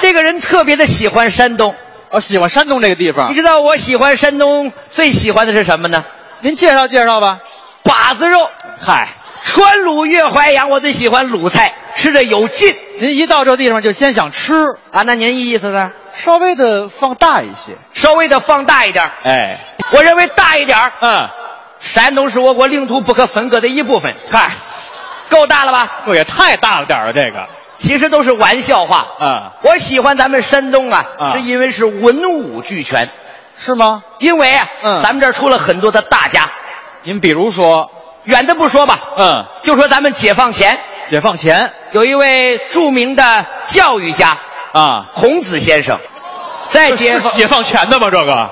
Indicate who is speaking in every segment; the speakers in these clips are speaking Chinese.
Speaker 1: 这个人特别的喜欢山东，
Speaker 2: 哦，喜欢山东这个地
Speaker 1: 你
Speaker 2: 方。
Speaker 1: 知道我喜欢山东最喜欢的是什么呢？
Speaker 2: 您介绍介绍吧。
Speaker 1: 把子肉，
Speaker 2: 嗨，
Speaker 1: 川鲁粤淮扬，我最喜欢鲁菜，吃着有劲
Speaker 2: 您一到这地方就先想吃，
Speaker 1: 啊。那您意思呢？
Speaker 2: 稍微的放大一些。
Speaker 1: 稍微的放大一点儿，
Speaker 2: 哎，
Speaker 1: 我认为大一点儿
Speaker 2: 嗯，
Speaker 1: 山东是我国领土不可分割的一部分。
Speaker 2: 嗨，
Speaker 1: 够大了吧？
Speaker 2: 这也太大了点儿了，这个。
Speaker 1: 其实都是玩笑话。
Speaker 2: 嗯，
Speaker 1: 我喜欢咱们山东啊，
Speaker 2: 啊
Speaker 1: 是因为是文武俱全，
Speaker 2: 是吗？
Speaker 1: 因为啊，
Speaker 2: 嗯
Speaker 1: 咱们这儿出了很多的大家。
Speaker 2: 您比如说，
Speaker 1: 远的不说吧，
Speaker 2: 嗯，
Speaker 1: 就说咱们解放前
Speaker 2: 解放前
Speaker 1: 有一位著名的教育家
Speaker 2: 啊，
Speaker 1: 孔子先生，在解放
Speaker 2: 是哎解放前的吗？这个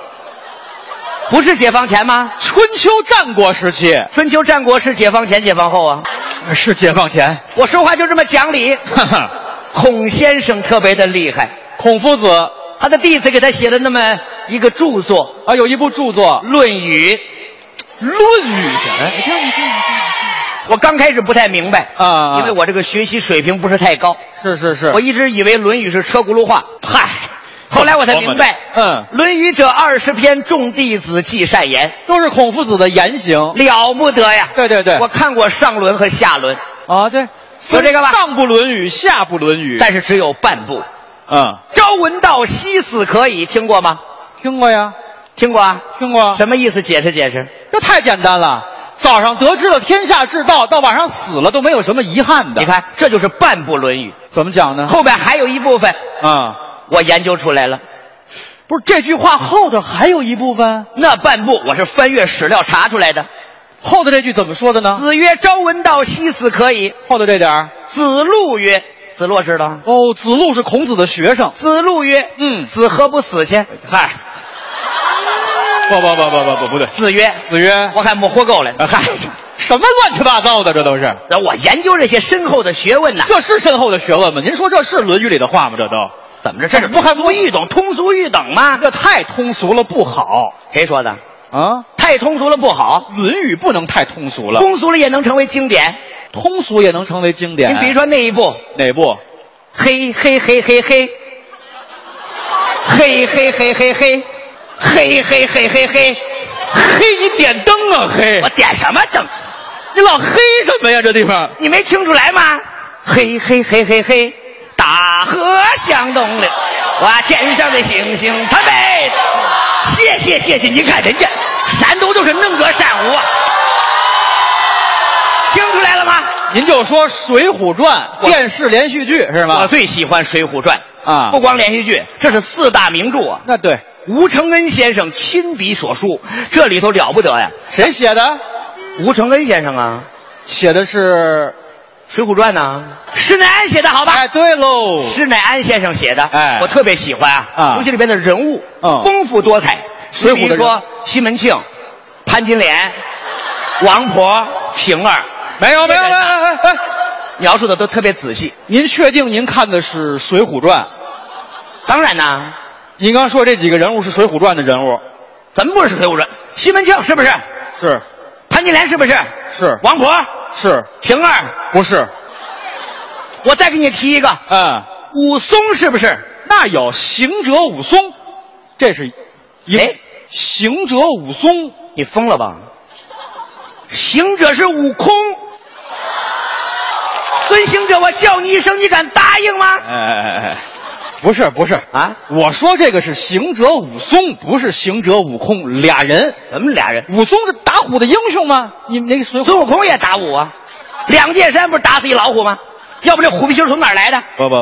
Speaker 1: 不是解放前吗？
Speaker 2: 春秋战国时期
Speaker 1: 春秋战国是解放前、解放后啊。
Speaker 2: 呃是解放前。
Speaker 1: 我说话就这么讲 理。
Speaker 2: 哈哈，
Speaker 1: 孔先生特别的厉害，
Speaker 2: 孔夫子
Speaker 1: 他的弟子给他写了那么一个著作
Speaker 2: 啊，有一部著作
Speaker 1: 《论语》，
Speaker 2: 《论语》哎。
Speaker 1: 我刚开始不太明白
Speaker 2: 啊
Speaker 1: 因为我这个学习水平不是太高，
Speaker 2: 是是是，
Speaker 1: 我一直以为《论语》是车轱辘话。嗨，后来我才明白，
Speaker 2: 嗯
Speaker 1: 《论语》者二十篇，众弟子记善言，
Speaker 2: 都是孔夫子的言行。
Speaker 1: 了不得呀！
Speaker 2: 对哦对对
Speaker 1: 我看过上轮和下轮，
Speaker 2: 啊，对，
Speaker 1: 有这个吧
Speaker 2: 上不《论语》，下不《论语》。
Speaker 1: 但是只有半部。
Speaker 2: 嗯，
Speaker 1: 朝闻道，夕死可矣，听过吗？
Speaker 2: 听过呀，
Speaker 1: 听过啊？
Speaker 2: 听过。
Speaker 1: 什么意思？解释解释。
Speaker 2: 这太简单了。早上得知了天下之道，到晚上死了都没有什么遗憾的。嗯
Speaker 1: 你，看，这就是半部《论语
Speaker 2: 怎么讲》，呢？
Speaker 1: 后边还有一部分
Speaker 2: 啊，
Speaker 1: 我研究出来了。
Speaker 2: 不是这句话后头还有一部分，
Speaker 1: 那半部我是翻阅史料查出来的。
Speaker 2: 后头这句怎么说的呢？
Speaker 1: 子曰：“朝闻道，夕死可矣。
Speaker 2: 后头这点儿”
Speaker 1: 子路曰：“子路知道吗？
Speaker 2: 哦，子路是孔子的学生。
Speaker 1: 子路曰：
Speaker 2: 嗯
Speaker 1: 子何不死去？”嗨，
Speaker 2: 不不不不不不不对，
Speaker 1: 子曰
Speaker 2: 子曰：“
Speaker 1: 我看我活够了。
Speaker 2: 呃嗨，什么乱七八糟的，这都是。
Speaker 1: 那我研究这些深厚的学问呐，
Speaker 2: 这是深厚的学问吗？您说这是《论语》里的话吗？这都
Speaker 1: 怎么着？
Speaker 2: 这
Speaker 1: 这是
Speaker 2: 是不
Speaker 1: 不俗易懂，通俗易懂吗？
Speaker 2: 这太通俗了，不好
Speaker 1: 谁说的？
Speaker 2: 啊！
Speaker 1: 太通俗了不好，
Speaker 2: 《论语》不能太通俗了，
Speaker 1: 通俗了也能成为经典。
Speaker 2: 通俗也能成为经典。
Speaker 1: 您比如说那一部，
Speaker 2: 哪部？
Speaker 1: 嘿嘿嘿嘿嘿，嘿嘿嘿嘿嘿，嘿嘿嘿嘿嘿，
Speaker 2: 嘿，你点灯啊，嘿
Speaker 1: 我！点什么灯？
Speaker 2: 你老黑什么呀？这地方
Speaker 1: 你没听出来吗？嘿嘿嘿嘿嘿，大河向东流，哇，天上的星星参北。谢谢谢谢，您看人家山东就是能歌善舞啊，听出来了吗？
Speaker 2: 您就说《水浒传》
Speaker 1: 我
Speaker 2: 电视连续剧是
Speaker 1: 我
Speaker 2: 吗？
Speaker 1: 最喜欢《水浒传》
Speaker 2: 啊
Speaker 1: 不光连续剧，这是四大名著啊。
Speaker 2: 那对，
Speaker 1: 吴承恩先生亲笔所书，这里头了不得呀！
Speaker 2: 谁写的？
Speaker 1: 吴承恩先生啊，
Speaker 2: 写的是，
Speaker 1: 《水浒传》呐，施耐庵写的好吧？
Speaker 2: 哎，对喽，
Speaker 1: 施耐庵先生写的，
Speaker 2: 哎
Speaker 1: 我特别喜欢啊，
Speaker 2: 啊
Speaker 1: 尤其里边的人物，
Speaker 2: 嗯
Speaker 1: 丰富多彩。
Speaker 2: 水浒的人
Speaker 1: 你比如说西门庆、潘金 莲、王婆、平儿，
Speaker 2: 没有没有没有，
Speaker 1: 基
Speaker 2: 哎哎哎，
Speaker 1: 啊描述的都特别仔细。
Speaker 2: 您确定您看的是《水浒传》？
Speaker 1: 当然呢，
Speaker 2: 您刚说这几个人物是《水浒传》的人物，
Speaker 1: 怎么不是《水浒传》？西门庆是不是？
Speaker 2: 是
Speaker 1: 潘金莲是不是？
Speaker 2: 是
Speaker 1: 王婆、
Speaker 2: 是，
Speaker 1: 平儿，
Speaker 2: 不是？
Speaker 1: 我再给你提一个，
Speaker 2: 嗯，
Speaker 1: 武松是不是？
Speaker 2: 那有行者武松，这是一，
Speaker 1: 哎
Speaker 2: 行者武松，
Speaker 1: 你疯了吧？行者是悟空，孙行者，我叫你一声，你敢答应吗？
Speaker 2: 哎哎哎哎，不是不是
Speaker 1: 啊
Speaker 2: 我说这个是行者武松，不是行者悟空，俩人。
Speaker 1: 咱们俩人
Speaker 2: 武松是打虎的英雄吗？你那个水
Speaker 1: 孙悟空也打五啊，两界山不是打死一老虎吗？要不这虎皮筋从哪儿来的？
Speaker 2: 不不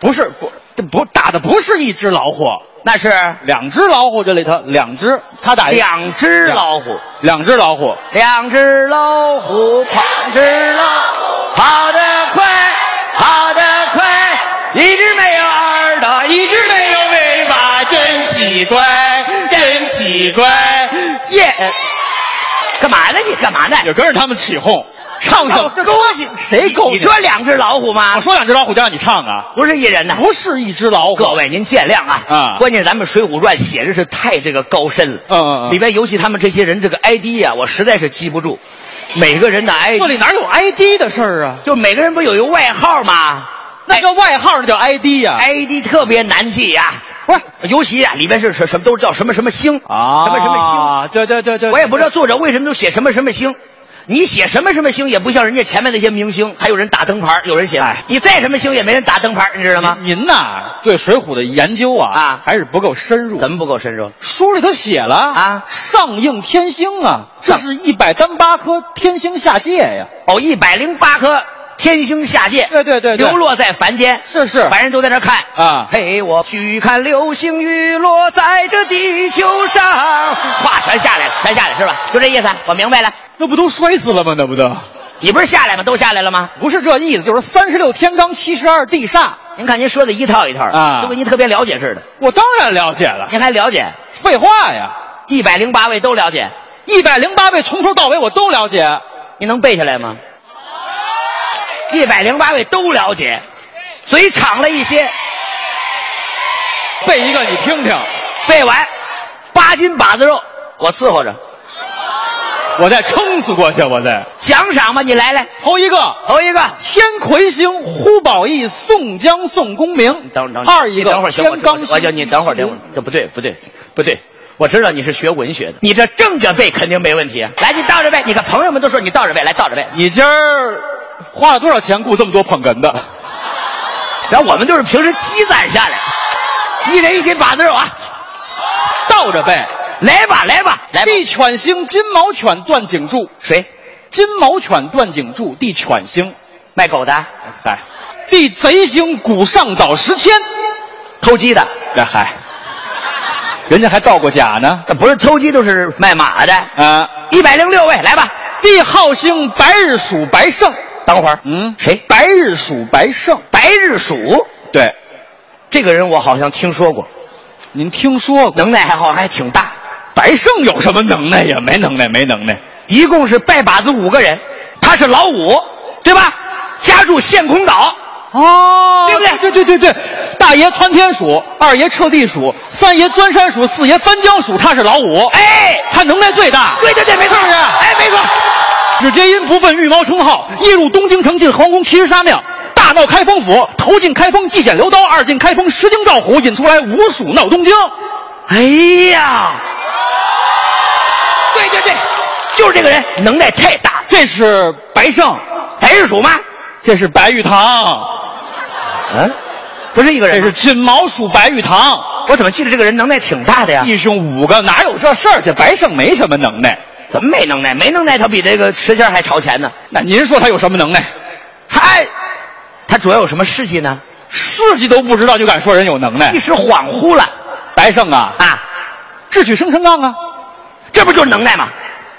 Speaker 2: 不，不是不这不打的不是一只老虎，
Speaker 1: 那是
Speaker 2: 两只老虎这里头两只，他打一
Speaker 1: 两只老虎，
Speaker 2: 两只老虎，
Speaker 1: 两只老虎，跑只老虎，跑得快，跑得快，一只没有耳朵，一只没有尾巴，真奇怪，真奇怪。耶、干嘛呢你？干嘛呢？
Speaker 2: 也跟着他们起哄，唱什么？
Speaker 1: 这勾起
Speaker 2: 谁勾
Speaker 1: 你
Speaker 2: 你？
Speaker 1: 说两只老虎吗
Speaker 2: 我？说两只老虎就让你唱啊？
Speaker 1: 不是一人呐。
Speaker 2: 不是一只老虎，
Speaker 1: 各位您见谅啊，
Speaker 2: 哦啊
Speaker 1: 关键咱们《水浒传》写的是太这个高深了，
Speaker 2: 嗯嗯嗯
Speaker 1: 里边尤其他们这些人这个 ID 啊，我实在是记不住，每个人的 ID，
Speaker 2: 这里哪有 ID 的事儿啊？啊
Speaker 1: 就每个人不有一个外号吗？
Speaker 2: 那叫外号，那叫 ID 呀、
Speaker 1: ID 特别难记呀、
Speaker 2: 不是
Speaker 1: 尤其啊里边是什什么都知道什么什么星
Speaker 2: 啊，
Speaker 1: 什么什么
Speaker 2: 么星？对对对对，
Speaker 1: 星，我也不知道作者为什么都写什么什么星。你写什么什么星也不像人家前面那些明星，还有人打灯牌，有人写
Speaker 2: 哎
Speaker 1: 你再什么星也没人打灯牌，你知道吗？
Speaker 2: 您您呐，对《水浒》的研究啊
Speaker 1: 啊
Speaker 2: 还是不够深入。
Speaker 1: 怎么不够深入？
Speaker 2: 书里头写了
Speaker 1: 啊
Speaker 2: 上应天星啊，这
Speaker 1: 上
Speaker 2: 是一百单八颗天星下界呀、
Speaker 1: 哦，一百零八颗天星下界，
Speaker 2: 对对对对
Speaker 1: 流落在凡间，
Speaker 2: 是是
Speaker 1: 凡人都在那儿看
Speaker 2: 啊
Speaker 1: 陪我去看流星雨落在这地球上，话全下来了，全下来是吧？就这意思，啊我明白了。
Speaker 2: 那不都摔死了吗？那不都
Speaker 1: 你不是下来吗？都下来了吗？
Speaker 2: 不是这意思，就是三十六天罡七十二地煞，
Speaker 1: 您看您说的一套一套的
Speaker 2: 啊
Speaker 1: 都跟您特别了解似的。
Speaker 2: 我当然了解了。
Speaker 1: 您还了解？
Speaker 2: 废话呀，
Speaker 1: 一百零八位都了解，
Speaker 2: 一百零八位从头到尾我都了解，
Speaker 1: 您能背下来吗？一百零八位都了解，嘴敞了一些，
Speaker 2: 背一个你听听，
Speaker 1: 背完八斤把子肉，我伺候着。
Speaker 2: 我再撑死过去，我再
Speaker 1: 奖赏吧，你来来，
Speaker 2: 头一个。
Speaker 1: 头一个。
Speaker 2: 天魁星，呼保义，宋江，宋公明。
Speaker 1: 等等，
Speaker 2: 二一
Speaker 1: 你
Speaker 2: 个
Speaker 1: 等会儿行，
Speaker 2: 天
Speaker 1: 我
Speaker 2: 罡星，
Speaker 1: 我叫你等会儿，等会儿，这不对，不对，不对。我知道你是学文学的，你这正着背肯定没问题啊。来，你倒着背，你看朋友们都说你倒着背，来倒着背。
Speaker 2: 你今儿花了多少钱雇这么多捧哏的？
Speaker 1: 然后我们都是平时积攒下来，一人一斤把子肉啊，
Speaker 2: 倒着背。
Speaker 1: 来吧，来吧，哎来吧。
Speaker 2: 地犬星，金毛犬段景柱，
Speaker 1: 谁？
Speaker 2: 金毛犬段景柱，地犬星。
Speaker 1: 卖狗的，
Speaker 2: 嗨，地贼星，古上早时迁。
Speaker 1: 偷鸡的，
Speaker 2: 这嗨，人家还倒过甲呢。
Speaker 1: 哎那不是偷鸡就是卖马的。
Speaker 2: 啊，
Speaker 1: 一百零六位，来吧。
Speaker 2: 地昊星，白日鼠，白胜。
Speaker 1: 等会儿，
Speaker 2: 嗯，
Speaker 1: 谁？
Speaker 2: 白日鼠，白胜。
Speaker 1: 白日鼠，
Speaker 2: 对，
Speaker 1: 这个人我好像听说过，
Speaker 2: 您听说过？
Speaker 1: 能耐还好像还挺大。
Speaker 2: 白胜有什么能耐呀？没能耐，没能耐。
Speaker 1: 一共是拜把子五个人，他是老五，对吧？家住陷空岛，
Speaker 2: 哦，
Speaker 1: 对不对
Speaker 2: 对对对对，大爷窜天鼠，二爷彻地鼠，三爷钻山鼠，四爷翻江鼠，他是老五，
Speaker 1: 哎，
Speaker 2: 他能耐最大。
Speaker 1: 对对对，没错，
Speaker 2: 是不是？
Speaker 1: 哎，没错，
Speaker 2: 只接因不愤，御猫称号，夜入东京城，进皇宫七十杀庙，大闹开封府，头进开封，祭剪刘刀，二进开封，石经赵虎，引出来五鼠闹东京。
Speaker 1: 哎呀，对对对，就是这个人，能耐太大哎了。
Speaker 2: 这是白胜，
Speaker 1: 白日鼠吗？
Speaker 2: 这是白玉堂，
Speaker 1: 嗯，不是一个
Speaker 2: 这
Speaker 1: 人吗，
Speaker 2: 是金毛鼠白玉堂，
Speaker 1: 我怎么记得这个人能耐挺大的呀？
Speaker 2: 弟兄五个哪有这事儿去？白胜没什么能耐，
Speaker 1: 怎么没能耐？没能耐，他比这个石谦还朝前呢。
Speaker 2: 那您说他有什么能耐？
Speaker 1: 嗨，他主要有什么事迹呢？
Speaker 2: 事迹都不知道就敢说人有能耐
Speaker 1: 一？时恍惚了
Speaker 2: 白胜啊，
Speaker 1: 啊，
Speaker 2: 智取生辰纲啊，
Speaker 1: 这不就是能耐吗？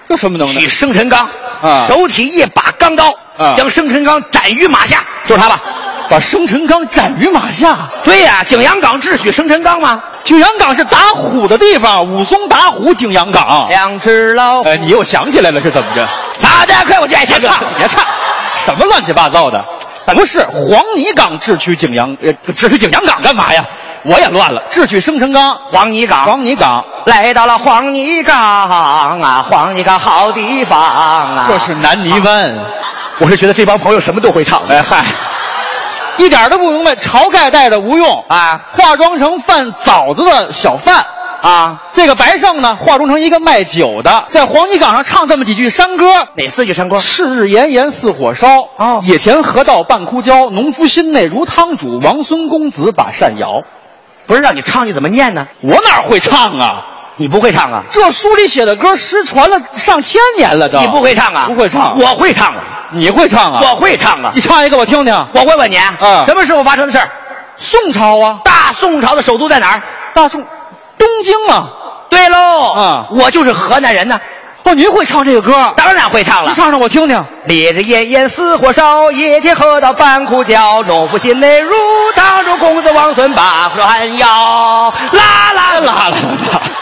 Speaker 2: 有什么能耐
Speaker 1: 取？生辰纲
Speaker 2: 啊
Speaker 1: 手提一把钢刀，
Speaker 2: 啊
Speaker 1: 将生辰纲斩于马下，就是他吧？
Speaker 2: 把生辰纲斩于马下。
Speaker 1: 对呀、景阳冈智取生辰纲吗？
Speaker 2: 景阳冈是打虎的地方，武松打虎，景阳冈。
Speaker 1: 两只老虎
Speaker 2: 哎，，你又想起来了是怎么着？
Speaker 1: 跑得快，我就爱
Speaker 2: 别
Speaker 1: 唱
Speaker 2: 唱，
Speaker 1: 歌。
Speaker 2: 别唱， 什么乱七八糟的？不是黄泥冈智取景阳，呃，智取景阳冈干嘛呀？我也乱了，智取生辰纲，
Speaker 1: 黄泥岗，
Speaker 2: 黄泥冈，
Speaker 1: 来到了黄泥岗啊，黄泥岗好地方啊。
Speaker 2: 这是南泥湾。
Speaker 1: 我是觉得这帮朋友什么都会唱
Speaker 2: 哎嗨，一点都不明白，晁盖带着吴用，
Speaker 1: 啊
Speaker 2: 化妆成贩枣子的小贩。
Speaker 1: 啊，
Speaker 2: 这个白胜呢，化妆成一个卖酒的，在黄泥岗上唱这么几句山歌，
Speaker 1: 哪四句山歌？
Speaker 2: 赤日炎炎似火烧，
Speaker 1: 哦
Speaker 2: 野田河道半枯焦。农夫心内如汤煮，王孙公子把扇摇。
Speaker 1: 不是让你唱，你怎么念呢？
Speaker 2: 我哪会唱啊？
Speaker 1: 你不会唱啊？
Speaker 2: 这书里写的歌失传了上千年了都。
Speaker 1: 你不会唱啊？
Speaker 2: 不会唱
Speaker 1: 我会唱啊！
Speaker 2: 你会唱啊？
Speaker 1: 我会唱啊
Speaker 2: 你！唱一个我听听。
Speaker 1: 我问问你，啊
Speaker 2: 嗯
Speaker 1: 什么时候发生的事儿？
Speaker 2: 宋朝啊，
Speaker 1: 大宋朝的首都在哪儿？
Speaker 2: 大宋，东京啊。
Speaker 1: 对喽，
Speaker 2: 啊
Speaker 1: 我就是河南人呐，
Speaker 2: 哦，您会唱这个歌？
Speaker 1: 当然会唱了
Speaker 2: 您。唱唱我听听。
Speaker 1: 烈日炎炎似火烧，野田河道半枯焦。农夫心内如刀俎，公子王孙把斧hand 摇。啦啦啦
Speaker 2: 啦
Speaker 1: 啦
Speaker 2: 啦啦！